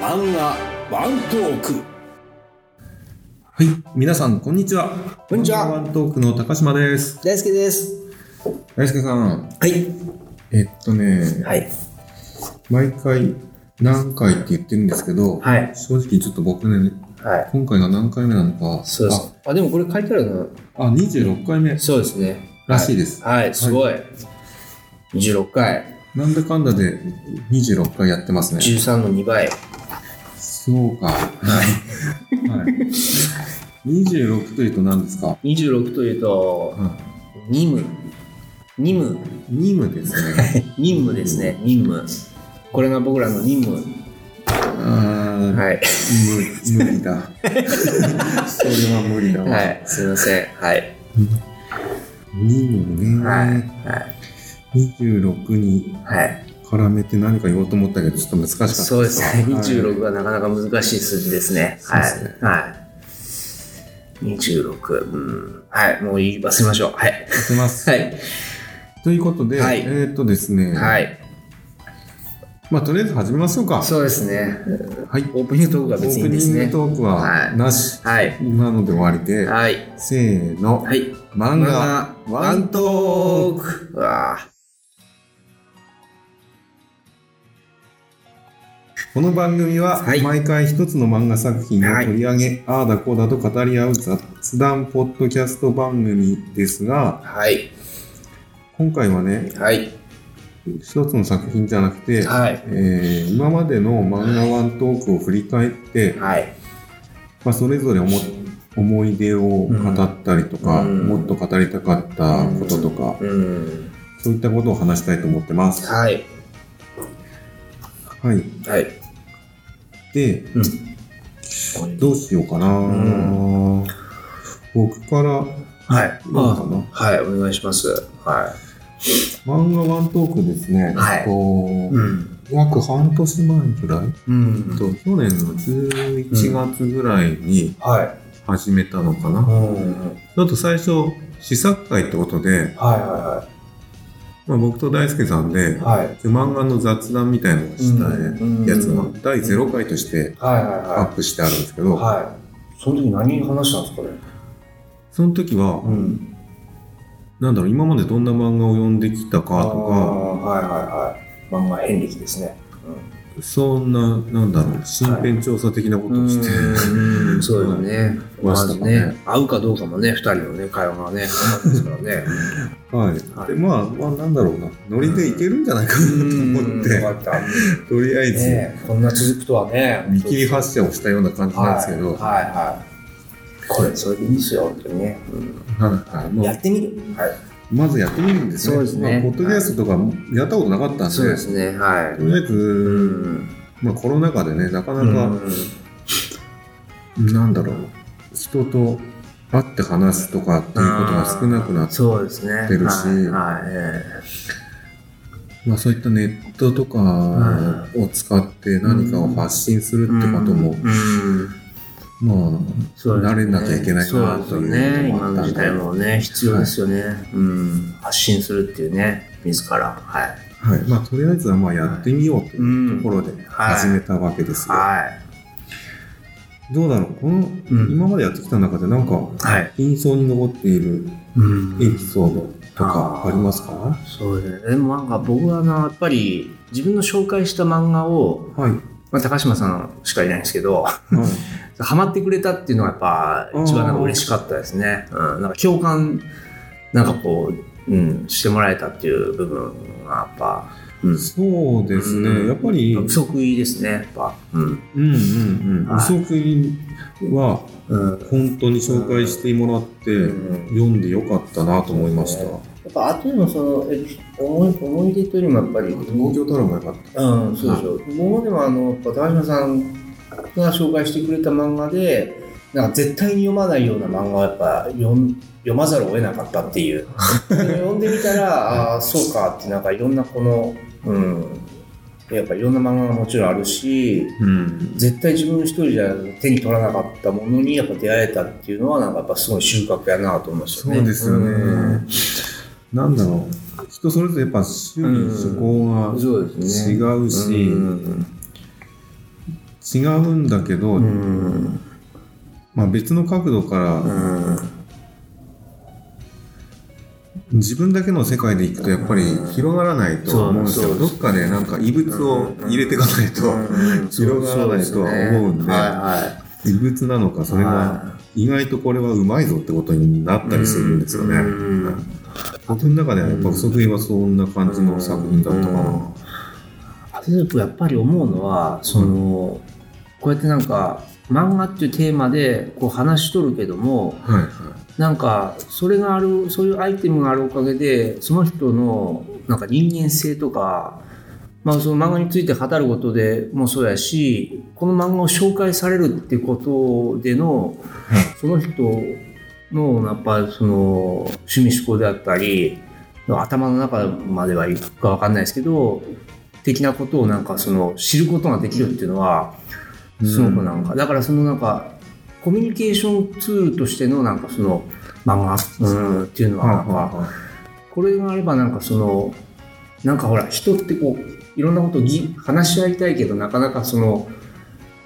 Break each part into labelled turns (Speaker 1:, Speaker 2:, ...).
Speaker 1: ワンアワントーク
Speaker 2: はい、皆さん、こんにちは。
Speaker 1: こんにちは
Speaker 2: ワントークの高島です。
Speaker 1: 大輔です
Speaker 2: 大輔さん、
Speaker 1: はい
Speaker 2: えっとね、
Speaker 1: はい
Speaker 2: 毎回何回って言ってるんですけど、
Speaker 1: はい
Speaker 2: 正直ちょっと僕ね、
Speaker 1: はい
Speaker 2: 今回が何回目なのか、
Speaker 1: そうですあでもこれ書いてあるな
Speaker 2: あ、あ26回目
Speaker 1: そうですね
Speaker 2: らしいです。
Speaker 1: はい、はいすごい、26回
Speaker 2: なんだかんだで26回やってますね。
Speaker 1: 13の2倍
Speaker 2: そうか。はい。はい、26というと何ですか
Speaker 1: 26というと
Speaker 2: は
Speaker 1: 任務任務
Speaker 2: い。任務ですね。
Speaker 1: 任務ですね任務これが僕らの任務
Speaker 2: ああ、
Speaker 1: はい
Speaker 2: 無無 理だ。それは無理だわ。
Speaker 1: はいすいませんはい
Speaker 2: 任務ね。
Speaker 1: はい
Speaker 2: 26に
Speaker 1: はい
Speaker 2: 絡めて何か言おうと思ったけど、ちょっと難しかった。
Speaker 1: そうですね。
Speaker 2: はい
Speaker 1: 26はなかなか難しい数字ですね。
Speaker 2: そう
Speaker 1: は
Speaker 2: ですね
Speaker 1: い。はい。26。うん。はい。もう言い忘れましょう。はい。
Speaker 2: やってます。
Speaker 1: はい。
Speaker 2: ということで、
Speaker 1: はい
Speaker 2: えーっとですね、
Speaker 1: はい。
Speaker 2: まあ、とりあえず始めましょうか。
Speaker 1: そうですね。
Speaker 2: はい。
Speaker 1: オープニングトーク
Speaker 2: オ
Speaker 1: が別に
Speaker 2: ー
Speaker 1: い
Speaker 2: プ
Speaker 1: いで
Speaker 2: ニ
Speaker 1: す
Speaker 2: ング
Speaker 1: ね。
Speaker 2: トークはなし。
Speaker 1: はい。
Speaker 2: 今ので終わりで、
Speaker 1: はい。
Speaker 2: せーの、
Speaker 1: はい。
Speaker 2: 漫画、ワントーク。
Speaker 1: ク。うわあ
Speaker 2: この番組は
Speaker 1: はい
Speaker 2: 毎回一つの漫画作品を取り上げ、ああだこうだと語り合う雑談ポッドキャスト番組ですが、
Speaker 1: はい。
Speaker 2: 今回はね、
Speaker 1: はい。
Speaker 2: 一つの作品じゃなくて、
Speaker 1: はい。
Speaker 2: えー今までの漫画ワントークを振り返って、
Speaker 1: はい。
Speaker 2: まあ、それぞれ思思い出を語ったりとか、
Speaker 1: うん
Speaker 2: もっと語りたかったこととか、
Speaker 1: うん。
Speaker 2: そういったことを話したいと思ってます。
Speaker 1: はい。
Speaker 2: はい、
Speaker 1: はい。
Speaker 2: で
Speaker 1: うん。
Speaker 2: どうしようかな、
Speaker 1: う
Speaker 2: 僕から
Speaker 1: はい。
Speaker 2: どうかな
Speaker 1: はい。お願いします。は
Speaker 2: 漫画ワントークですね、
Speaker 1: はい
Speaker 2: えっと
Speaker 1: い。うん。
Speaker 2: 約半年前ぐらい、
Speaker 1: うん
Speaker 2: えっと去年の11月ぐらいに
Speaker 1: は
Speaker 2: 始めたのかな、
Speaker 1: い。うん。
Speaker 2: ちょっと最初、試作会ってことで、
Speaker 1: はいは
Speaker 2: まあ、僕と大輔さんで
Speaker 1: い、はい。はい。
Speaker 2: 漫画の雑談みたいなのをしたやつ
Speaker 1: う
Speaker 2: が
Speaker 1: ん
Speaker 2: 第0回として
Speaker 1: はいはい
Speaker 2: ア
Speaker 1: は
Speaker 2: ップしてあるんですけ
Speaker 1: い。
Speaker 2: ど、
Speaker 1: はい。その時何話したんですかね。
Speaker 2: その時は、
Speaker 1: ん。
Speaker 2: なんだろう、今までどんな漫画を読んできた
Speaker 1: あ
Speaker 2: か
Speaker 1: ー
Speaker 2: と
Speaker 1: はいはいはい。漫画遍歴ですね。
Speaker 2: か、そんな、なんだろう、身辺調査的なことをして、
Speaker 1: うんうんそうよね。
Speaker 2: ま
Speaker 1: ま
Speaker 2: した
Speaker 1: ず
Speaker 2: ね
Speaker 1: ね、会うかどうかもね、二人のね、会話がね、わかんないですからね。
Speaker 2: はい。で、まあ、まあ、なんだろうな、ノリでいけるんじゃないかなと思っ
Speaker 1: よ
Speaker 2: て、
Speaker 1: かった。
Speaker 2: とりあえず、
Speaker 1: ね、こんな続くとはね。
Speaker 2: 見切り発車をしたような感じなんですけど、
Speaker 1: はい
Speaker 2: は
Speaker 1: はいはい。これ、それでいいですよ、本当にね。
Speaker 2: いはいもう
Speaker 1: やってみる。はい。
Speaker 2: まずやってみるんですね。
Speaker 1: そうですね
Speaker 2: まあ、ポッドキャストとかやったことなかったんで、
Speaker 1: そうですね、は
Speaker 2: とりあえず、
Speaker 1: い。うん。
Speaker 2: まあ、コロナ禍でね、なかな
Speaker 1: うん
Speaker 2: か、なんだろう、人と会って話すとかっていうことが少なくなって、
Speaker 1: そうですね
Speaker 2: てるし
Speaker 1: はいはいえ
Speaker 2: まあ、そういったネットとかを使って何かを発信する
Speaker 1: え
Speaker 2: ってことも、
Speaker 1: うん
Speaker 2: まあ、
Speaker 1: そうですね
Speaker 2: 慣れなきゃいけないな
Speaker 1: そ
Speaker 2: と
Speaker 1: うです
Speaker 2: い
Speaker 1: ね
Speaker 2: うのも
Speaker 1: 今
Speaker 2: あ
Speaker 1: の時
Speaker 2: った
Speaker 1: 代
Speaker 2: んで、
Speaker 1: もね必要ですよね、うん発信するっていうね自らはい
Speaker 2: はいまあ、とりあえずはまあやってみようというところで
Speaker 1: はい
Speaker 2: 始めたわけですよ。
Speaker 1: は
Speaker 2: どうだろう、この、
Speaker 1: うん
Speaker 2: 今までやってきた中で、なんか、
Speaker 1: いはい
Speaker 2: 印象に残っている
Speaker 1: うん
Speaker 2: エピソードとかありますかは
Speaker 1: そうですねでもなんか僕はなやっぱり自分の紹介した漫画を、
Speaker 2: い。
Speaker 1: まあ、高島さんしかいないんですけど
Speaker 2: はい
Speaker 1: ハマってくれたっていうのがやっぱ一番なんか嬉しかったですね、うん、なんか共感なんかこう、うん、してもらえたっていう部分がやっぱ、うん、
Speaker 2: そうですね、やっぱり、うん
Speaker 1: 不足いいですねやっぱうん、
Speaker 2: うんうん、
Speaker 1: はい
Speaker 2: 嘘食いは
Speaker 1: うん
Speaker 2: 本当に紹介してもらって、読んでよかったなと思いました。
Speaker 1: やっぱ後のそのえ思い思い出というよりもやっぱり
Speaker 2: 東京タロもよかった。
Speaker 1: うんそうでしょ僕もでもあのやっぱ高島さんが紹介してくれた漫画でなんか絶対に読まないような漫画をやっぱ読ん読まざるを得なかったっていうでも読んでみたらああそうかってなんかいろんなこのうんやっぱいろんな漫画がもちろんあるし
Speaker 2: うん。
Speaker 1: 絶対自分一人じゃ手に取らなかったものにやっぱ出会えたっていうのはなんかやっぱすごい収穫やなと思いました
Speaker 2: そ
Speaker 1: ね。
Speaker 2: うですよ
Speaker 1: うん
Speaker 2: ね。なんだろう、人それぞれやっぱ趣味、
Speaker 1: うん
Speaker 2: 趣向が
Speaker 1: そうですね。
Speaker 2: 違うし
Speaker 1: うん
Speaker 2: 違うんだけど、
Speaker 1: うん
Speaker 2: まあ、別の角度から自分だけの世界でいくとやっぱり広がらないと思うんです
Speaker 1: そ
Speaker 2: よ
Speaker 1: うそ
Speaker 2: ど
Speaker 1: う
Speaker 2: っかでなんか異物を入れていかないと広がらないとは思うんで
Speaker 1: は
Speaker 2: 異物なのかそれが意外とこれはうまいぞってことになったりするんですよね
Speaker 1: うん
Speaker 2: はい僕の中ではやっぱ不足はそんな感じの作品だったか
Speaker 1: うん
Speaker 2: な
Speaker 1: スープやっぱり思うのはその、こうやってなんか漫画っていうテーマでこう話しとるけども
Speaker 2: はいはい
Speaker 1: なんかそれがあるそういうアイテムがあるおかげでその人のなんか人間性とか、まあ、その漫画について語ることでもそうやしこの漫画を紹介されるってことでのその人のやっぱりその趣味思考であったり頭の中まではいくかわかんないですけど的なことをなんかその知ることができるっていうのはすごくなんか、だからそのなんかコミュニケーションツールとしてのなんかその漫画、うん、っていうのはなんか、
Speaker 2: は
Speaker 1: これがあればなんかそのなんかほら人ってこういろんなことをぎ話し合いたいけどなかなかその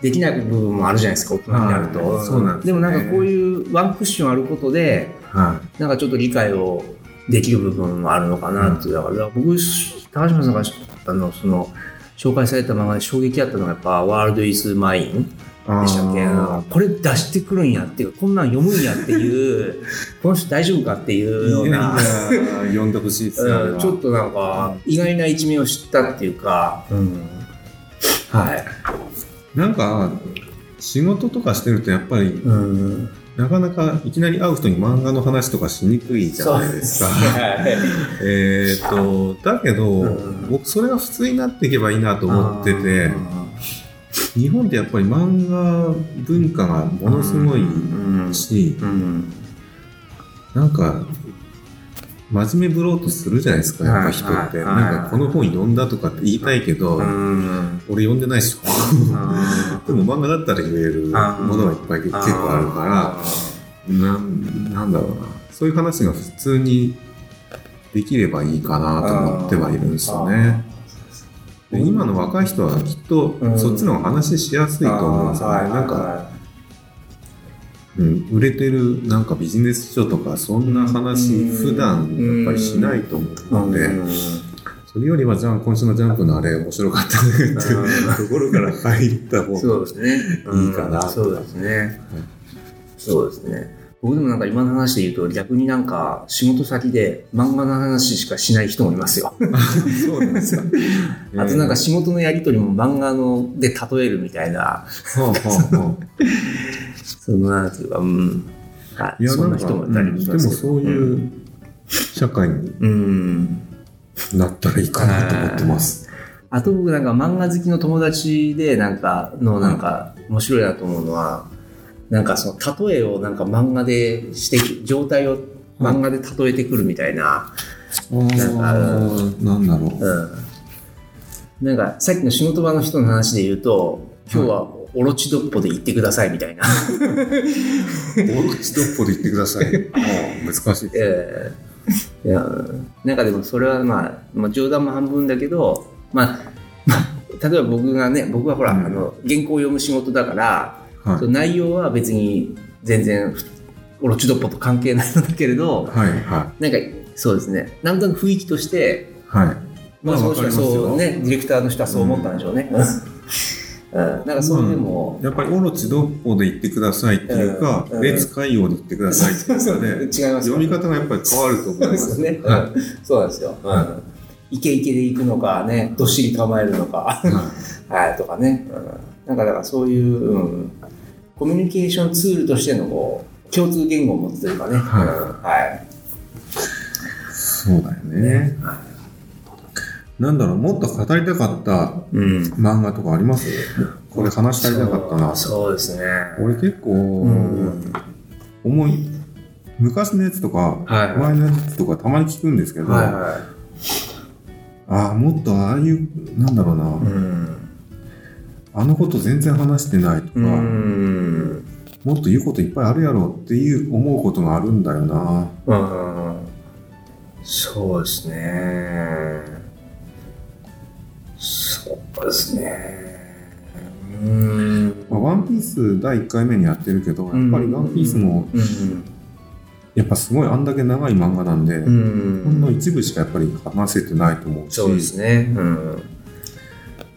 Speaker 1: できない部分もあるじゃないですか大人になる
Speaker 2: は
Speaker 1: と
Speaker 2: いそうなんですね
Speaker 1: もなんかこういうワンクッションあることで
Speaker 2: いは
Speaker 1: なんかちょっと理解をできる部分もあるのかなっていうだから僕高島さんがあのその紹介された漫画で衝撃あったのがやっぱ「ワールド・イズ・マイン」
Speaker 2: いあ
Speaker 1: でしたっけ
Speaker 2: ー
Speaker 1: これ出してくるんやっていうこんなん読むんやっていう この人大丈夫かっていうよう
Speaker 2: いやい
Speaker 1: な
Speaker 2: や。読んでほしいですよあれ
Speaker 1: うん
Speaker 2: は
Speaker 1: ちょっとなんか意外な一面を知ったっていうか、はい、
Speaker 2: なんか仕事とかしてるとやっぱり
Speaker 1: うん、
Speaker 2: なかなかいきなり会う人に漫画の話とかしにくいじゃないですか。
Speaker 1: は
Speaker 2: えーっとだけど、
Speaker 1: うん
Speaker 2: 僕それが普通になっていけばいいなと
Speaker 1: い
Speaker 2: 思ってて日本ってやっぱり漫画文化がものすごい
Speaker 1: うん
Speaker 2: し、
Speaker 1: うん
Speaker 2: なんか真面目ぶろうとするじゃないですかやっぱ人って、
Speaker 1: はいはい
Speaker 2: なんかこの本読んだとかって言いたいけど、
Speaker 1: うん
Speaker 2: 俺読んでないしでも漫画だったら言えるものはいっぱい結構あるから。なんなんだろうなそういう話が普通にできればいいかなと思ってはいるんですよね。で今の若い人はきっと
Speaker 1: うん
Speaker 2: そっちの方が話しやすいと思うんですよね。なんか、うん、売れてるなんかビジネス書とかそんな話
Speaker 1: うん
Speaker 2: 普段やっぱりしないと思うのでそれよりはじゃあ今週の「ジャンプ」のあれ面白かったねっていうところから入った方が
Speaker 1: そうですね。
Speaker 2: いいかな
Speaker 1: うんそうですね。そうですね。僕でもなんか今の話で言うと逆になんか仕事先で漫画の話しかしない人もいますよ。
Speaker 2: そうなん ですよ。
Speaker 1: あとなんか仕事のやり取りも漫画ので例えるみたいな、
Speaker 2: ほうほうほう
Speaker 1: そのなんていうか、うん。はいい、
Speaker 2: や
Speaker 1: そんな
Speaker 2: な
Speaker 1: ん
Speaker 2: か
Speaker 1: 人もいたりし
Speaker 2: で
Speaker 1: ま
Speaker 2: も
Speaker 1: すけど
Speaker 2: そういう社会に
Speaker 1: うん。うん
Speaker 2: なったらいいかなと思ってます。
Speaker 1: あと僕なんか漫画好きの友達でなんかのなんか面白いなと思うのは、なんかその例えをなんか漫画でしてき、状態を漫画で例えてくるみたいな、
Speaker 2: なんかなんだろ う。
Speaker 1: うん。なんかさっきの仕事場の人の話で言うと、今日はオロチドッポで行ってくださいみたいな。
Speaker 2: オロチドッポで言ってください。難しいです。
Speaker 1: ええいやなんかでもそれはまあ、まあ、冗談も半分だけど、まあ、まあ例えば僕がね僕はほら、
Speaker 2: うん
Speaker 1: あの原稿を読む仕事だから、
Speaker 2: は
Speaker 1: その内容は別に全然オロチドッポと関係ないんだけれど
Speaker 2: い。はい。は
Speaker 1: なんかそうですねなんとなく雰囲気として、
Speaker 2: い。はい。
Speaker 1: まあ、
Speaker 2: まあ
Speaker 1: その人は
Speaker 2: わかりますよ
Speaker 1: そうねディレクターの人はそう思ったんでしょうね。うんうんなんかそれでも、
Speaker 2: やっぱりオロチドッポで言ってくださいっていうか、
Speaker 1: うん
Speaker 2: 列海洋で言ってくださいっていう
Speaker 1: そう違
Speaker 2: か
Speaker 1: い
Speaker 2: ね、
Speaker 1: ますよ
Speaker 2: 読み方がやっぱり変わると思い
Speaker 1: そう
Speaker 2: ま
Speaker 1: ですよ
Speaker 2: す。
Speaker 1: ね。うんそうなんですよ。うん。イケイケで行くのかね、どっしり構えるのか、
Speaker 2: は
Speaker 1: はい、とかね。うん。なんかだからそういう、うん、コミュニケーションツールとしてのこう、共通言語を持つというかね。
Speaker 2: はい
Speaker 1: うんはい。
Speaker 2: そうだよね。なんだろう、もっと語りたかった
Speaker 1: うん。
Speaker 2: 漫画とかありますこれ話したりたかったな。
Speaker 1: そうですね。
Speaker 2: 俺結構、
Speaker 1: うん。
Speaker 2: 思い昔のやつとか、
Speaker 1: はい
Speaker 2: 前のやつとかたまに聞くんですけど、
Speaker 1: はいは
Speaker 2: ああもっとああいうなんだろうな、
Speaker 1: い。うん。
Speaker 2: あのこと全然話してないとか、
Speaker 1: うん。
Speaker 2: もっと言うこといっぱいあるやろっていう思うことがあるんだよな
Speaker 1: うん。そうですね。そうですね。ううん
Speaker 2: まあ、ワンピース第1回目にやってるけど、やっぱりワンピースも、やっぱすごいあんだけ長い漫画なんで、
Speaker 1: うん
Speaker 2: ほんの一部しかやっぱり話せてないと思うし、
Speaker 1: そうですねうん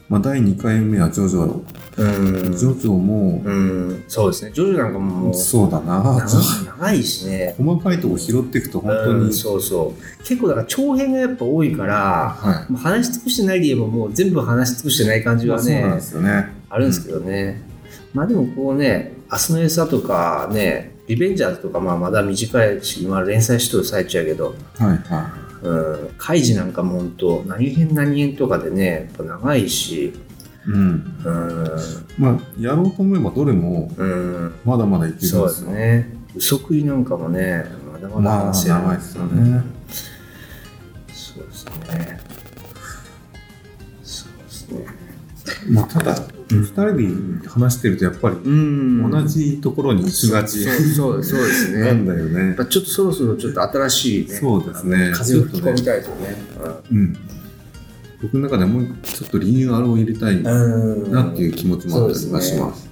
Speaker 2: まあ、第2回目はジョジョ、
Speaker 1: うん
Speaker 2: ジョジョも、
Speaker 1: うんそうですねジョジョなんかもう
Speaker 2: そうだな、ジョジ
Speaker 1: 長い長いしね
Speaker 2: ョ細かいとこ拾っていくと本当
Speaker 1: うん
Speaker 2: に、
Speaker 1: そうそう結構だから長編がやっぱ多いから
Speaker 2: はい。
Speaker 1: もう話し尽くしてないで言えばもう全部話し尽くしてない感じ
Speaker 2: まあ
Speaker 1: は
Speaker 2: そう
Speaker 1: ね、
Speaker 2: なんですよね。
Speaker 1: あるんですけどね、まあでもこうね「明日の餌」とかね「リベンジャーズ」とかまあまだ短いし今連載しとる最中やけど
Speaker 2: はいは
Speaker 1: 「うん、カイジ」なんかも本当何編何編とかでねやっぱ長いし
Speaker 2: い。うん。
Speaker 1: うん、
Speaker 2: まあ、やろうと思えばどれも、
Speaker 1: うん、
Speaker 2: まだまだいけるんです
Speaker 1: そ
Speaker 2: よ。
Speaker 1: うですね嘘食いなんかもねまだまだ
Speaker 2: まあ、
Speaker 1: 話せる
Speaker 2: 長いですよね。
Speaker 1: そうですねそうですね
Speaker 2: まあ、ただ、二人で話してるとやっぱり
Speaker 1: うん
Speaker 2: 同じところに行きがち
Speaker 1: そうそうそうですね
Speaker 2: なんだよね
Speaker 1: やっ。ぱちょっとそろそろちょっと新しいね
Speaker 2: そうですね
Speaker 1: 風を吹き込みたいですよね
Speaker 2: うん。僕の中ではもうちょっとリニューアルを入れたいな
Speaker 1: うん
Speaker 2: っていう気持ちもあったりはします。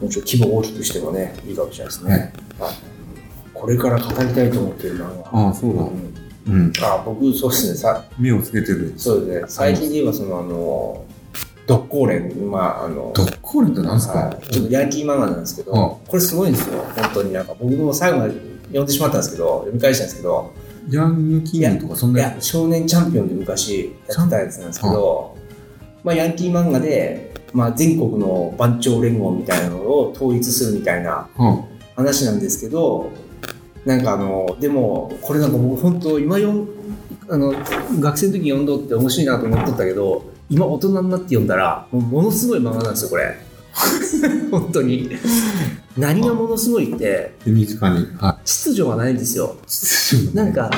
Speaker 1: もうちょっと規模を大きくしてもねいいかもしれないですね、はいこれから語りたいと思ってる漫画
Speaker 2: ああ、そうだ。
Speaker 1: うん
Speaker 2: うん。
Speaker 1: あ僕そうですねさ
Speaker 2: 目をつけてる。
Speaker 1: そうですね最近で言えばそのあの独行連まああの
Speaker 2: ドッコーレンって何ですか
Speaker 1: はいちょっとヤンキー漫画なんですけど、
Speaker 2: う
Speaker 1: これすごいんですよ本当になんか僕も最後まで読んでしまったんですけど読み返したんですけど
Speaker 2: ヤングキングとかそん
Speaker 1: い
Speaker 2: なや
Speaker 1: や少年チャンピオンで昔やってたやつなんですけど、まあ、ヤンキー漫画で、まあ、全国の番長連合みたいなのを統一するみたいな
Speaker 2: つは
Speaker 1: 話なんですけどなんかあのでもこれなんか僕本当今よんあの学生の時に読んどって面白いなと思っとったけど今大人になって読んだらもうものすごい漫画なんですよこれ本当に何がものすごいって
Speaker 2: あで、身近に。は
Speaker 1: 秩序がないんですよ
Speaker 2: い。
Speaker 1: なん、か、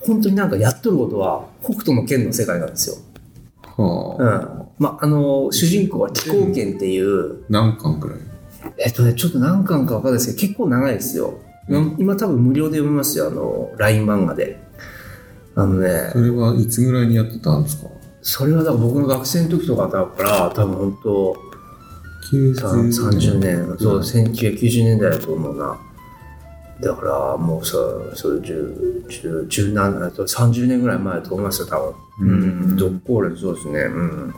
Speaker 1: 本当になんかやっとることは、北斗の剣の世界なんですよ。う
Speaker 2: はあ
Speaker 1: ん。まあ、あの、主人公は気候剣っていう、
Speaker 2: 何巻くらい
Speaker 1: えっとね、ちょっと何巻かわかんないですけど、結構長いですよ。
Speaker 2: うん
Speaker 1: 今多分無料で読めますよ、あの、LINE 漫画で。あのね
Speaker 2: そ、れはいつぐらいにやってたんですか
Speaker 1: それはだから僕の学生の時とかだから、多分本当、さん30
Speaker 2: ?90
Speaker 1: 年、そう、1990年代だと思うな。だからもうさ、それ10、10、17、えっと30年ぐらい前だと思いますよ、多分。
Speaker 2: うん
Speaker 1: ドッコーレそうですね。うん。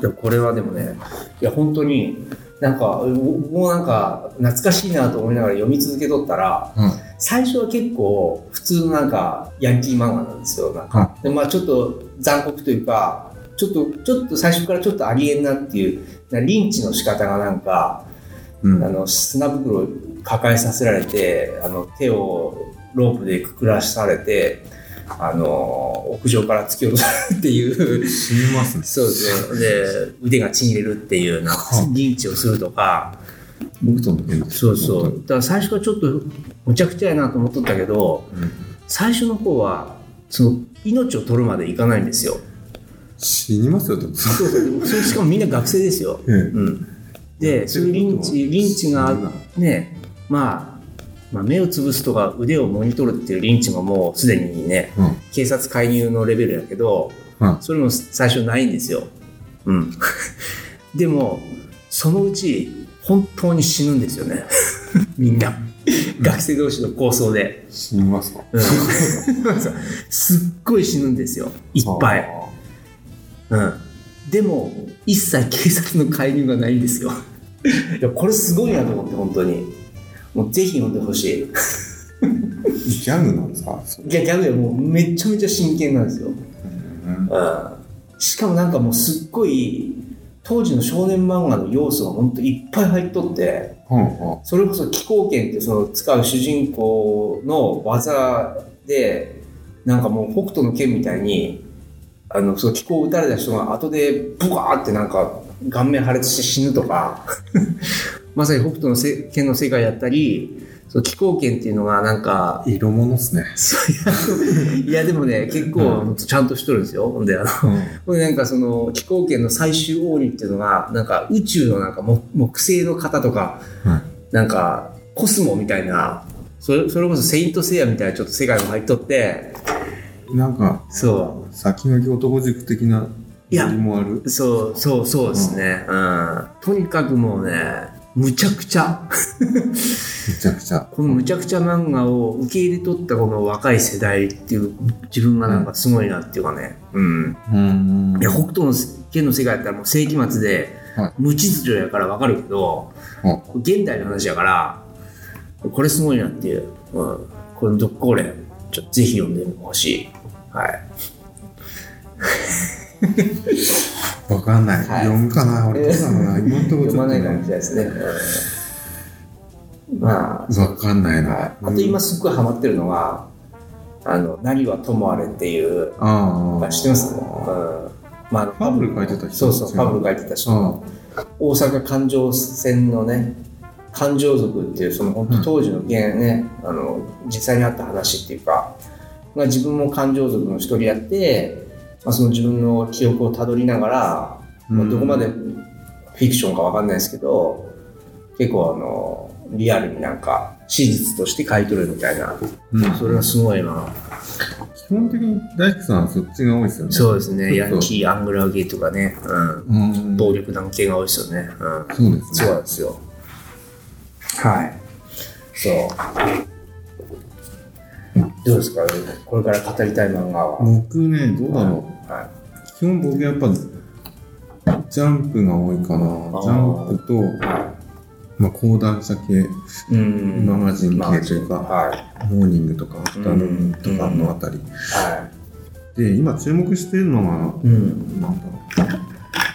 Speaker 1: でもこれはでもね、いや、本当に、なんか、うもうなんか、懐かしいなと思いながら読み続けとったら、
Speaker 2: うん
Speaker 1: 最初は結構、普通のなんか、ヤンキー漫画なんですよ。なんかでまあ、ちょっと残酷というか、ちょっと、ちょっと最初からちょっとありえんなっていう、なリンチの仕方がなんか、
Speaker 2: うん
Speaker 1: あの砂袋を抱えさせられてあの手をロープでくくらされてあの屋上から突き落とされるっていう
Speaker 2: 死にますね。
Speaker 1: そうですねで腕がちぎれるっていうなんか
Speaker 2: はあ
Speaker 1: リンチをするとか
Speaker 2: 僕との件です
Speaker 1: そうそうだから最初はちょっとむちゃくちゃやなと思っとったけど
Speaker 2: うん
Speaker 1: 最初の方はその命を取るまでいかないん ですよ
Speaker 2: 死にますよってこと
Speaker 1: そうそうそれしかもみんな学生ですよ、
Speaker 2: ええ
Speaker 1: うん、でそういうリンチリンチがねまあ、まあ目をつぶすとか腕をもぎ取るっていうリンチがもうすでにね
Speaker 2: うん。
Speaker 1: 警察介入のレベルやけど
Speaker 2: うん
Speaker 1: それも最初ないんですよ、うん、 でもそのうち本当に死ぬんですよね みんな学生同士の抗争で、
Speaker 2: 死にますか
Speaker 1: うん、すっごい死ぬんですよいっぱい、
Speaker 2: は
Speaker 1: うん、でも一切警察の介入がないんですよいやこれすごいなと思って本当にもうぜひ読んでほしい
Speaker 2: あギャグなんですかそれ
Speaker 1: いやギャグでもうめちゃめちゃ真剣なんですよ、
Speaker 2: うん
Speaker 1: しかもなんかもうすっごい当時の少年漫画の要素がほんといっぱい入っとって
Speaker 2: は
Speaker 1: それこそ気候剣ってその使う主人公の技でなんかもう北斗の剣みたいにあのその気候を打たれた人が後でブワーってなんか顔面破裂して死ぬとか まさに北斗のせ剣の世界やったりその気候剣っていうのがなんか
Speaker 2: あ色物っすね。
Speaker 1: そういやいやでもね結構ほんとちゃんとしとるんですよほんであのこれなんかその気候圏の最終王にっていうのがなんか宇宙のなんか木木星の方とか
Speaker 2: はい
Speaker 1: なんかコスモみたいなそれそれこそセイントセイヤみたいなちょっと世界も入っとって
Speaker 2: なんか、
Speaker 1: そ
Speaker 2: 先のき男塾的な
Speaker 1: いや
Speaker 2: 何もある
Speaker 1: そうそうそうですね、うん、とにかくもうねむちゃくちゃ
Speaker 2: めちゃくちゃ。
Speaker 1: このむちゃくちゃ漫画を受け入れ取ったこの若い世代っていう自分がなんかすごいなっていうかね、うん、
Speaker 2: うん
Speaker 1: いや北斗の剣の世界やったらもう世紀末で
Speaker 2: はい
Speaker 1: 無秩序やからわかるけど、
Speaker 2: うん
Speaker 1: 現代の話やからこれすごいなっていう、うん、この「どっこれ」ちょっとぜひ読んでほしい。はい、
Speaker 2: わかんない。
Speaker 1: はい
Speaker 2: 読むかな俺どうだろうな。今んとこ
Speaker 1: 読
Speaker 2: ちょ
Speaker 1: ま
Speaker 2: っと
Speaker 1: ないかもしれない
Speaker 2: ね。
Speaker 1: ですね。うんまあ
Speaker 2: わかんない
Speaker 1: はい
Speaker 2: な。
Speaker 1: あと今すっごいハマってるのが「あの何はともあれ」っていう
Speaker 2: ああ。
Speaker 1: 知ってます、うんまあ、フ
Speaker 2: ァブル書いてた人
Speaker 1: そうそう
Speaker 2: 違
Speaker 1: フ
Speaker 2: う
Speaker 1: ァブル書いてた人
Speaker 2: あ
Speaker 1: 大阪環状線のね環状族っていうその本当当時の現ね、あの実際にあった話っていうか、まあ、自分も環状族の一人やって、まあ、その自分の記憶をたどりながら、
Speaker 2: うん
Speaker 1: まあどこまでフィクションかわかんないですけど結構あのリアルになんか史実として書いとるみたいな
Speaker 2: うん。
Speaker 1: それはすごいな
Speaker 2: 基本的に大輔さんはそっちが多いですよね。う。
Speaker 1: そうですね
Speaker 2: ちょ
Speaker 1: ヤ
Speaker 2: っと
Speaker 1: ンキーアングラーゲーとかね、うん、
Speaker 2: うん。
Speaker 1: 暴力団系が多いですよね。うん。
Speaker 2: そうです
Speaker 1: そう
Speaker 2: ね。
Speaker 1: なんですよ。はい。そう。どうですかこれから語りたい漫画は。
Speaker 2: 僕ね、どうだろ
Speaker 1: は
Speaker 2: う。基本僕やっぱ、ジャンプが多いかな。ジャンプと、まあ、講談社系、
Speaker 1: い。うん
Speaker 2: マガジン系というか
Speaker 1: は
Speaker 2: モーニングとか、アフタヌーンとかのあたり。
Speaker 1: い。は
Speaker 2: で、今注目してるのは、
Speaker 1: い。うん。
Speaker 2: なんだろ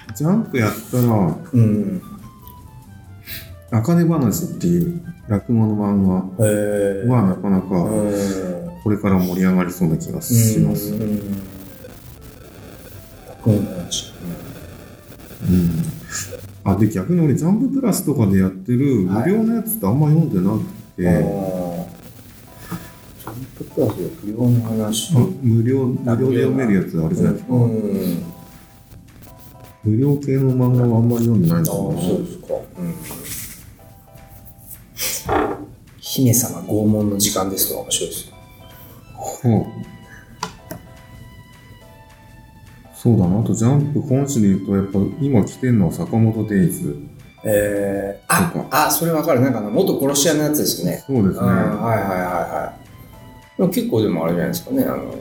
Speaker 2: う。ジャンプやったら、
Speaker 1: うん。
Speaker 2: あかね話っていう落語の漫
Speaker 1: へえ。
Speaker 2: 画はなかなか
Speaker 1: うん。
Speaker 2: これから盛り上がりそうな気がします。うん
Speaker 1: うん。うん。
Speaker 2: あで逆に俺ジャンププラスとかでやってる無料のやつってあんま読んでなくて、
Speaker 1: ジャンプクラスで不要の話。
Speaker 2: あ無料無料で読めるやつあるじゃないですか、
Speaker 1: うん。
Speaker 2: 無料系の漫画はあんまり読んでな
Speaker 1: あ
Speaker 2: いん
Speaker 1: あ
Speaker 2: だな
Speaker 1: そうですか。うん。姫様拷問の時間ですと面白いですよ。
Speaker 2: ほうそうだなあとジャンプ本誌で言うとやっぱ今来てるのは坂本デイズ
Speaker 1: えー、ああそれわかるなんかあの元殺し屋のやつですよね。
Speaker 2: そうで
Speaker 1: うん
Speaker 2: すね
Speaker 1: はいはいはいはい。でも結構でもあれじゃないですかねあの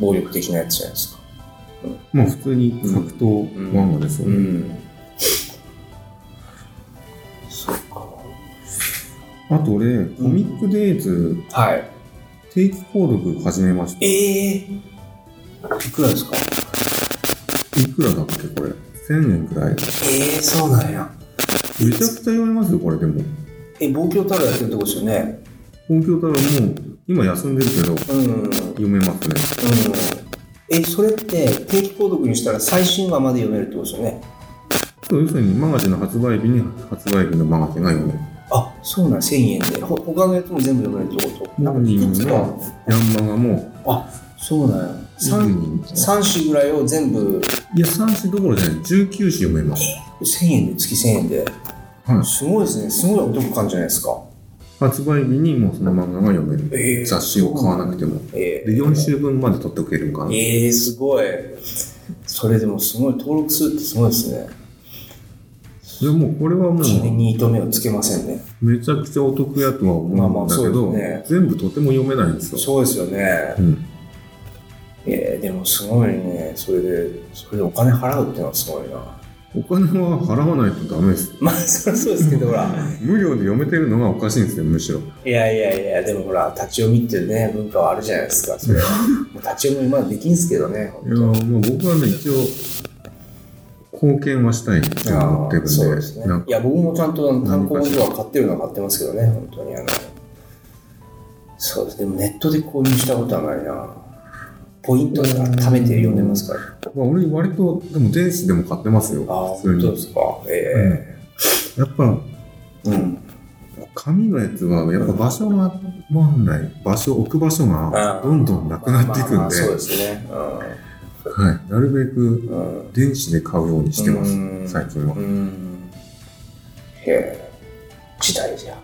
Speaker 1: 暴力的なやつじゃないですか。
Speaker 2: まあ普通に格闘漫画ですよね、
Speaker 1: ん。そうか。
Speaker 2: あと俺、コミックデイズ、
Speaker 1: はい。
Speaker 2: 定期購読始めました。
Speaker 1: ええー。いくらですか。
Speaker 2: いくらだっけ、これ。1000円くらい。めち
Speaker 1: ええー、そうなんや。
Speaker 2: ゃくちゃ読めますよ、これでも。
Speaker 1: え、望郷太郎やってるってことですよね。
Speaker 2: 東京太郎も、今休んでるけど、
Speaker 1: うん。
Speaker 2: 読めますね。
Speaker 1: うん、えそれって定期購読にしたら最新話まで読めるってことですよね
Speaker 2: そう、要するにマガジンの発売日に発売日のマガジンが読める。
Speaker 1: あそうなん1000円でほ他のやつも全部読めるってこと
Speaker 2: モーニング
Speaker 1: いくつか
Speaker 2: のヤンマガも、
Speaker 1: そうなんや
Speaker 2: 10
Speaker 1: 3,
Speaker 2: 人。
Speaker 1: 3紙ぐらいを全部
Speaker 2: いや、3紙どころじゃない、19紙読めます。
Speaker 1: 1000円で月1000円で、
Speaker 2: はい
Speaker 1: すごいですねすごいお得感じゃないですか
Speaker 2: 発売日にもうその漫画が読める。
Speaker 1: えー
Speaker 2: 雑誌を買わなくても。
Speaker 1: え
Speaker 2: で、4週分まで取っておけるかな。
Speaker 1: えー、すごいそれでもすごい登録するってすごいですね
Speaker 2: でもうこれはもう、
Speaker 1: 金に糸目をつけませんね
Speaker 2: めちゃくちゃお得やと
Speaker 1: ま
Speaker 2: は
Speaker 1: あ
Speaker 2: 思う
Speaker 1: ま
Speaker 2: ん
Speaker 1: あ
Speaker 2: だけど、
Speaker 1: そうですね
Speaker 2: 全部とても読めないんですよ。
Speaker 1: そうですよね
Speaker 2: うん、
Speaker 1: えー、でもすごいねそれでそれでお金払うってのはすごいな
Speaker 2: お金は払わないとダメです。
Speaker 1: まあそりゃそうですけどほら
Speaker 2: 無料で読めてるのがおかしいんですよ、むしろ。
Speaker 1: いやいやいやでもほら立ち読みっていうね文化はあるじゃないですか それはもう立ち読みまだできんすけどね
Speaker 2: いやーまあ僕はね、一応、貢献はしたいと思ってるんで、
Speaker 1: そうですね
Speaker 2: なんか
Speaker 1: いや僕もちゃんとあの単行本とか買ってるのは買ってますけどね本当にあのそうですでもネットで購入したことはないなポイントで貯めて読んでますから
Speaker 2: まあ、俺割と、でも電子でも買ってますよ
Speaker 1: ああ、
Speaker 2: 普通
Speaker 1: 本当で
Speaker 2: に。
Speaker 1: すかえ
Speaker 2: やっぱ、
Speaker 1: えうん
Speaker 2: 紙のやつは、やっぱ場所が問題、場所、置く場所がどんどんなくなって
Speaker 1: ま
Speaker 2: いく
Speaker 1: あまあま
Speaker 2: ん
Speaker 1: あ
Speaker 2: で、
Speaker 1: そうですね
Speaker 2: はい、なるべく
Speaker 1: うん、うん
Speaker 2: 電子で買うようにしてます
Speaker 1: うん、
Speaker 2: 最近は
Speaker 1: う。んへえ時代じゃ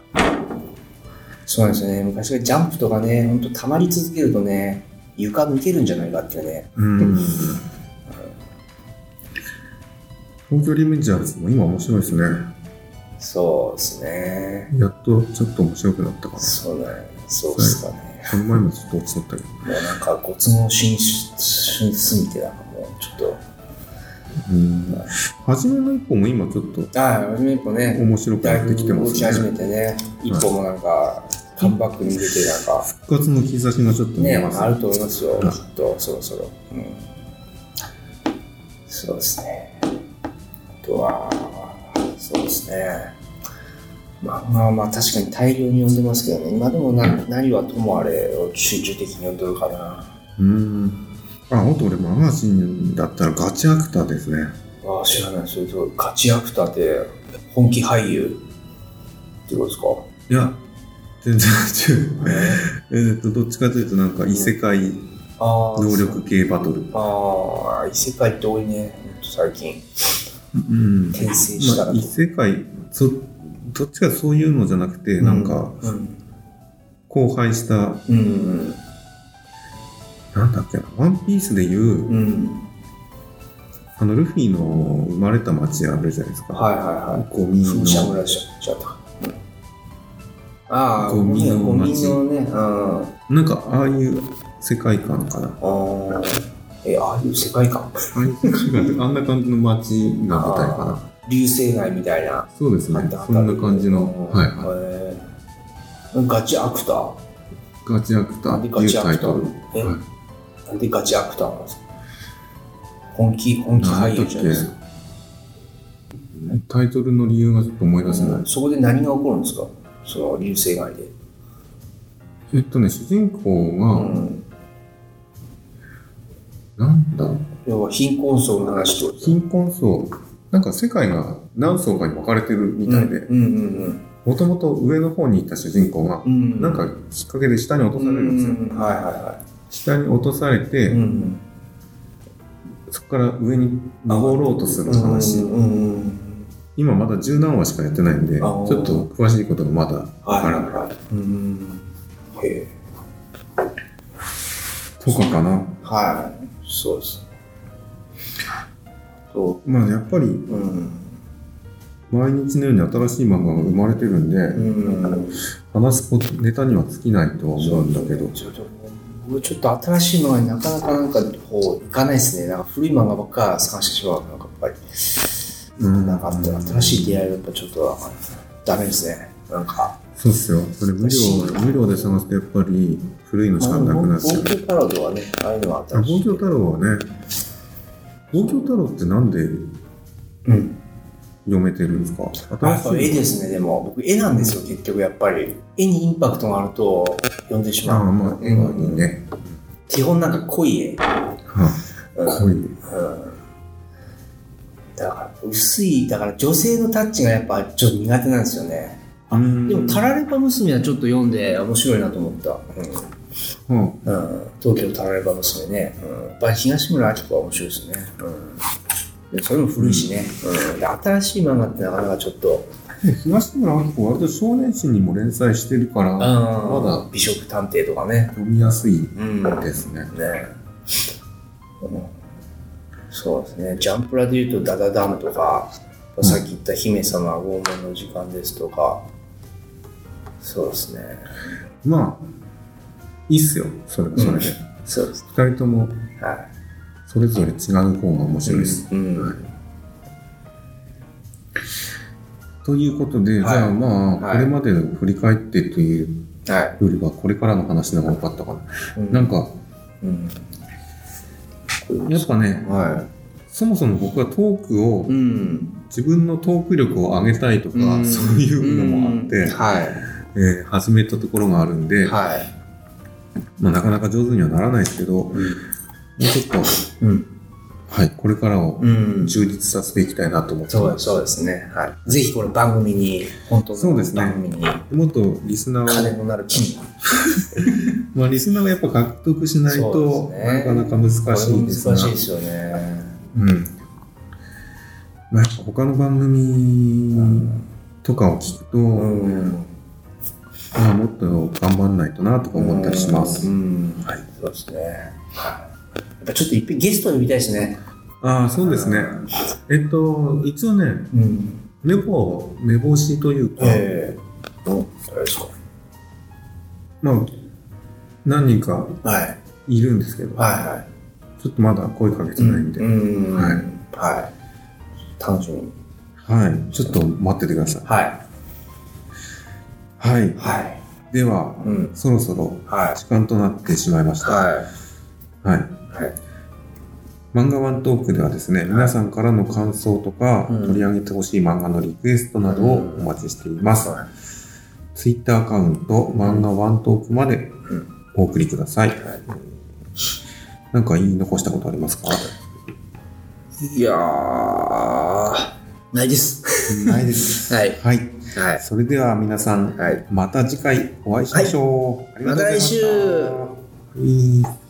Speaker 1: そうなんですよね昔はジャンプとかねほんとたまり続けるとね床抜けるんじゃないかっていうね
Speaker 2: うん東京リベンジャーズも今面白いですね。
Speaker 1: そうですね。
Speaker 2: やっとちょっと面白くなったかな。
Speaker 1: そうだね。そうっすかね。
Speaker 2: この前もちょっと落ちとったけど。
Speaker 1: もうなんか、ご都合しんしすぎて、なんかもうちょっ
Speaker 2: うん。初めの一歩も今ちょっと
Speaker 1: と、ああ、初め一歩ね、
Speaker 2: 面白く
Speaker 1: だい
Speaker 2: なって
Speaker 1: ぶ
Speaker 2: きてま
Speaker 1: 動き始
Speaker 2: す
Speaker 1: め
Speaker 2: ね。
Speaker 1: てね、一歩もなんか、カムバックに向けて、なんか、
Speaker 2: 復活の兆しがちょっと見
Speaker 1: ね、
Speaker 2: えます
Speaker 1: あ
Speaker 2: ね
Speaker 1: ると思いますよ、
Speaker 2: うん
Speaker 1: きっと、そろそろ。うん、そうですね。あとは、そうですね。まあまあまあ、確かに大量に読んでますけどね、今でもな何はともあれを集中的に読んでるかな。
Speaker 2: うん。あ、ほんと俺、マガジンだったらガチアクターですね。
Speaker 1: ああ、知らない、それと、ガチアクターで本気俳優っていうこと
Speaker 2: いや、全然違う。
Speaker 1: ですか、
Speaker 2: えっと、どっちかというと、なんか異世界
Speaker 1: ああ、
Speaker 2: 能力系バトル。
Speaker 1: ああ、異世界って多いね、ほんと最近。
Speaker 2: うん。
Speaker 1: 転生したら
Speaker 2: まあ、
Speaker 1: と
Speaker 2: 異世界そどっちかそういうのじゃなくて、なんか
Speaker 1: うん。
Speaker 2: 荒廃した
Speaker 1: うん。
Speaker 2: なんだっけなワンピースでいう、
Speaker 1: うん。うん
Speaker 2: あのルフィの生まれた町あるじゃないですか、
Speaker 1: はいはいはい。
Speaker 2: ゴミの
Speaker 1: 風車村でしょ、ちょっと。ああ、
Speaker 2: ゴミの
Speaker 1: ゴミ
Speaker 2: 街
Speaker 1: のね、うん。あ
Speaker 2: なんかああいう世界観かな
Speaker 1: あ、え、ああいう世界観
Speaker 2: ああいう世界観ってあんな感じの町が舞台かな
Speaker 1: 流星街みたいな。
Speaker 2: そうです
Speaker 1: あ
Speaker 2: ね
Speaker 1: ったあった
Speaker 2: そんな感じの、はいはい
Speaker 1: へえガチアクター
Speaker 2: ガチアクターって
Speaker 1: ガ
Speaker 2: いう
Speaker 1: チア
Speaker 2: タイ
Speaker 1: クタ
Speaker 2: トル
Speaker 1: ーえ、
Speaker 2: はい
Speaker 1: なんでガチアクターなんですか本気、本気
Speaker 2: なん
Speaker 1: 俳
Speaker 2: だ
Speaker 1: 優
Speaker 2: っ
Speaker 1: じゃないですか。
Speaker 2: けタイトルの理由がちょっと思い出せない、
Speaker 1: そこで何が起こるんですかその流星街で。
Speaker 2: えっとね主人公
Speaker 1: う
Speaker 2: が、
Speaker 1: ん。
Speaker 2: なんだろう
Speaker 1: 要は貧困層の話ってこと
Speaker 2: 貧困層なんか世界が何層かに分かれてるみたいで
Speaker 1: うんうん
Speaker 2: もともと上の方にいた主人公が
Speaker 1: うんうん。
Speaker 2: なんかきっかけで下に落と
Speaker 1: う
Speaker 2: され
Speaker 1: ん
Speaker 2: るんですよ
Speaker 1: うんうんはいはいは
Speaker 2: 下に落とされ
Speaker 1: い。うん
Speaker 2: て
Speaker 1: うん
Speaker 2: そこから上に登ろうとする話
Speaker 1: うんうんうん
Speaker 2: 今まだ十何話しかやってないんでち
Speaker 1: あ
Speaker 2: ょ
Speaker 1: ー
Speaker 2: っと詳しいことがまだ分
Speaker 1: はい
Speaker 2: か
Speaker 1: はい
Speaker 2: らない
Speaker 1: はい。うん。へえ。
Speaker 2: とかかな
Speaker 1: はい。そうです。そ
Speaker 2: まあやっぱり
Speaker 1: う。うん。
Speaker 2: 毎日のように新しい漫画が生まれてるん
Speaker 1: う
Speaker 2: で
Speaker 1: ん。
Speaker 2: 話すことネタには尽きないとは思うんだけど
Speaker 1: ちょっと、僕ちょっと新しい漫画になかなかなんかこう、いかないですね。なんか古い漫画ばっか探してしまう。なんかやっぱり、
Speaker 2: うん
Speaker 1: なんかあった新しい出会いがやっぱちょっとなんかダメですね。なんか。
Speaker 2: そうっすよ。それ無料、無料で探すとやっぱり古いのしかなくなっちゃ
Speaker 1: 東
Speaker 2: う。
Speaker 1: 京パラドはね、ああいうのは
Speaker 2: あ、
Speaker 1: 新しい。
Speaker 2: 東京太郎はね、東京太郎ってなんで
Speaker 1: うん。
Speaker 2: 読めてるんですか
Speaker 1: やっぱ
Speaker 2: 新
Speaker 1: 絵
Speaker 2: しい。
Speaker 1: ですね、でも僕絵なんですよ、結局やっぱり。絵にインパクトがあると読んでし
Speaker 2: ああ、
Speaker 1: まう。
Speaker 2: まあ、絵はいいね。
Speaker 1: 基本なんか濃い絵。
Speaker 2: は
Speaker 1: うん
Speaker 2: あ、濃い。
Speaker 1: うんだから薄い、だから女性のタッチがやっぱちょっと苦手なんですよね。でも、タラレバ娘はちょっと読んで面白いなと思った。
Speaker 2: うん
Speaker 1: うん。うん、東京タラレバ娘ね。うん、やっぱり東村明子は面白いですね。うん。でそれも古いしね、うんで新しい漫画ってなかなかちょっと、
Speaker 2: 東村明子は割と少年誌にも連載してるか
Speaker 1: うん
Speaker 2: ら、まだ
Speaker 1: 美食探偵とかね。
Speaker 2: 読みやすい
Speaker 1: うん
Speaker 2: ですね。
Speaker 1: ね、うん、そうですねジャンプラでいうと「ダダダン」とか、
Speaker 2: ん
Speaker 1: さっき言った「姫様拷問の時間」ですとかそうですね
Speaker 2: まあ、いいっすよ。それはそれで。
Speaker 1: そうです
Speaker 2: 二人とも、
Speaker 1: は
Speaker 2: それぞれ違う方が面
Speaker 1: い
Speaker 2: 白いです。
Speaker 1: うん、
Speaker 2: はいということで、
Speaker 1: はい
Speaker 2: じゃあまあ、
Speaker 1: はい
Speaker 2: これまでの振り返ってという
Speaker 1: はい、
Speaker 2: よりは、これからの話の方が良かったかな。
Speaker 1: うん
Speaker 2: なんか、
Speaker 1: うん
Speaker 2: やっぱね、
Speaker 1: は
Speaker 2: そもそも僕はトークを、
Speaker 1: いうん
Speaker 2: 自分のトーク力を上げたいとか、
Speaker 1: うん
Speaker 2: そういうのもあっ
Speaker 1: うん
Speaker 2: て、
Speaker 1: は
Speaker 2: えー始めたところがあるん
Speaker 1: い
Speaker 2: で、
Speaker 1: はい
Speaker 2: まあ、なかなか上手にはならないですけど、もうちょっと、
Speaker 1: うん
Speaker 2: はい、これからを
Speaker 1: うん
Speaker 2: 充実させていきたいなと思って
Speaker 1: そう
Speaker 2: ま。
Speaker 1: ですすそうですねはいぜひこの番組に本当
Speaker 2: そうで
Speaker 1: の
Speaker 2: すね
Speaker 1: 番組に
Speaker 2: もっとリスナーを
Speaker 1: 金のなる金が
Speaker 2: まあ、リスナーがやっぱ獲得しない
Speaker 1: そ
Speaker 2: と、
Speaker 1: うですね
Speaker 2: なかなか難しい
Speaker 1: これも
Speaker 2: で
Speaker 1: 難
Speaker 2: すが
Speaker 1: しいですよね
Speaker 2: うん。まあ、やっぱ他の番組とかを聞くと、
Speaker 1: うん
Speaker 2: まあ、もっと頑張んないとなとか思ったりします。
Speaker 1: うん、はい、そうですね。はいやっぱちょっと一遍ゲストに見たいですね。
Speaker 2: ああ、そうですね。えっと、一応ね、
Speaker 1: うん。
Speaker 2: 目ぼ目星というか、
Speaker 1: ええあれですか。
Speaker 2: まあ、何人か
Speaker 1: はい。
Speaker 2: いるんですけど、
Speaker 1: はいはい。
Speaker 2: ちょっとまだ声かけてないんで、
Speaker 1: うん。
Speaker 2: はい
Speaker 1: はい。楽しみに。
Speaker 2: はい。ちょっと待っててください。
Speaker 1: はい。
Speaker 2: はい。
Speaker 1: はい。
Speaker 2: では、
Speaker 1: うん。
Speaker 2: そろそろ
Speaker 1: はい。
Speaker 2: 時間となってしまいました。
Speaker 1: は
Speaker 2: はい。
Speaker 1: はい
Speaker 2: 漫画ワントークではですね、皆さんからの感想とか、
Speaker 1: うん
Speaker 2: 取り上げてほしい漫画のリクエストなどをお待ちしています。
Speaker 1: は
Speaker 2: ツイッターアカウント、漫画ワントークまで
Speaker 1: うん
Speaker 2: お送りください。
Speaker 1: はい
Speaker 2: なんか言い残したことありますか
Speaker 1: い。いやー、ないです。
Speaker 2: ないです。
Speaker 1: はい。
Speaker 2: はい。
Speaker 1: はい。
Speaker 2: それでは皆さん、
Speaker 1: はい。
Speaker 2: また次回お会いしましょう。ありがとうございした
Speaker 1: また来週
Speaker 2: はい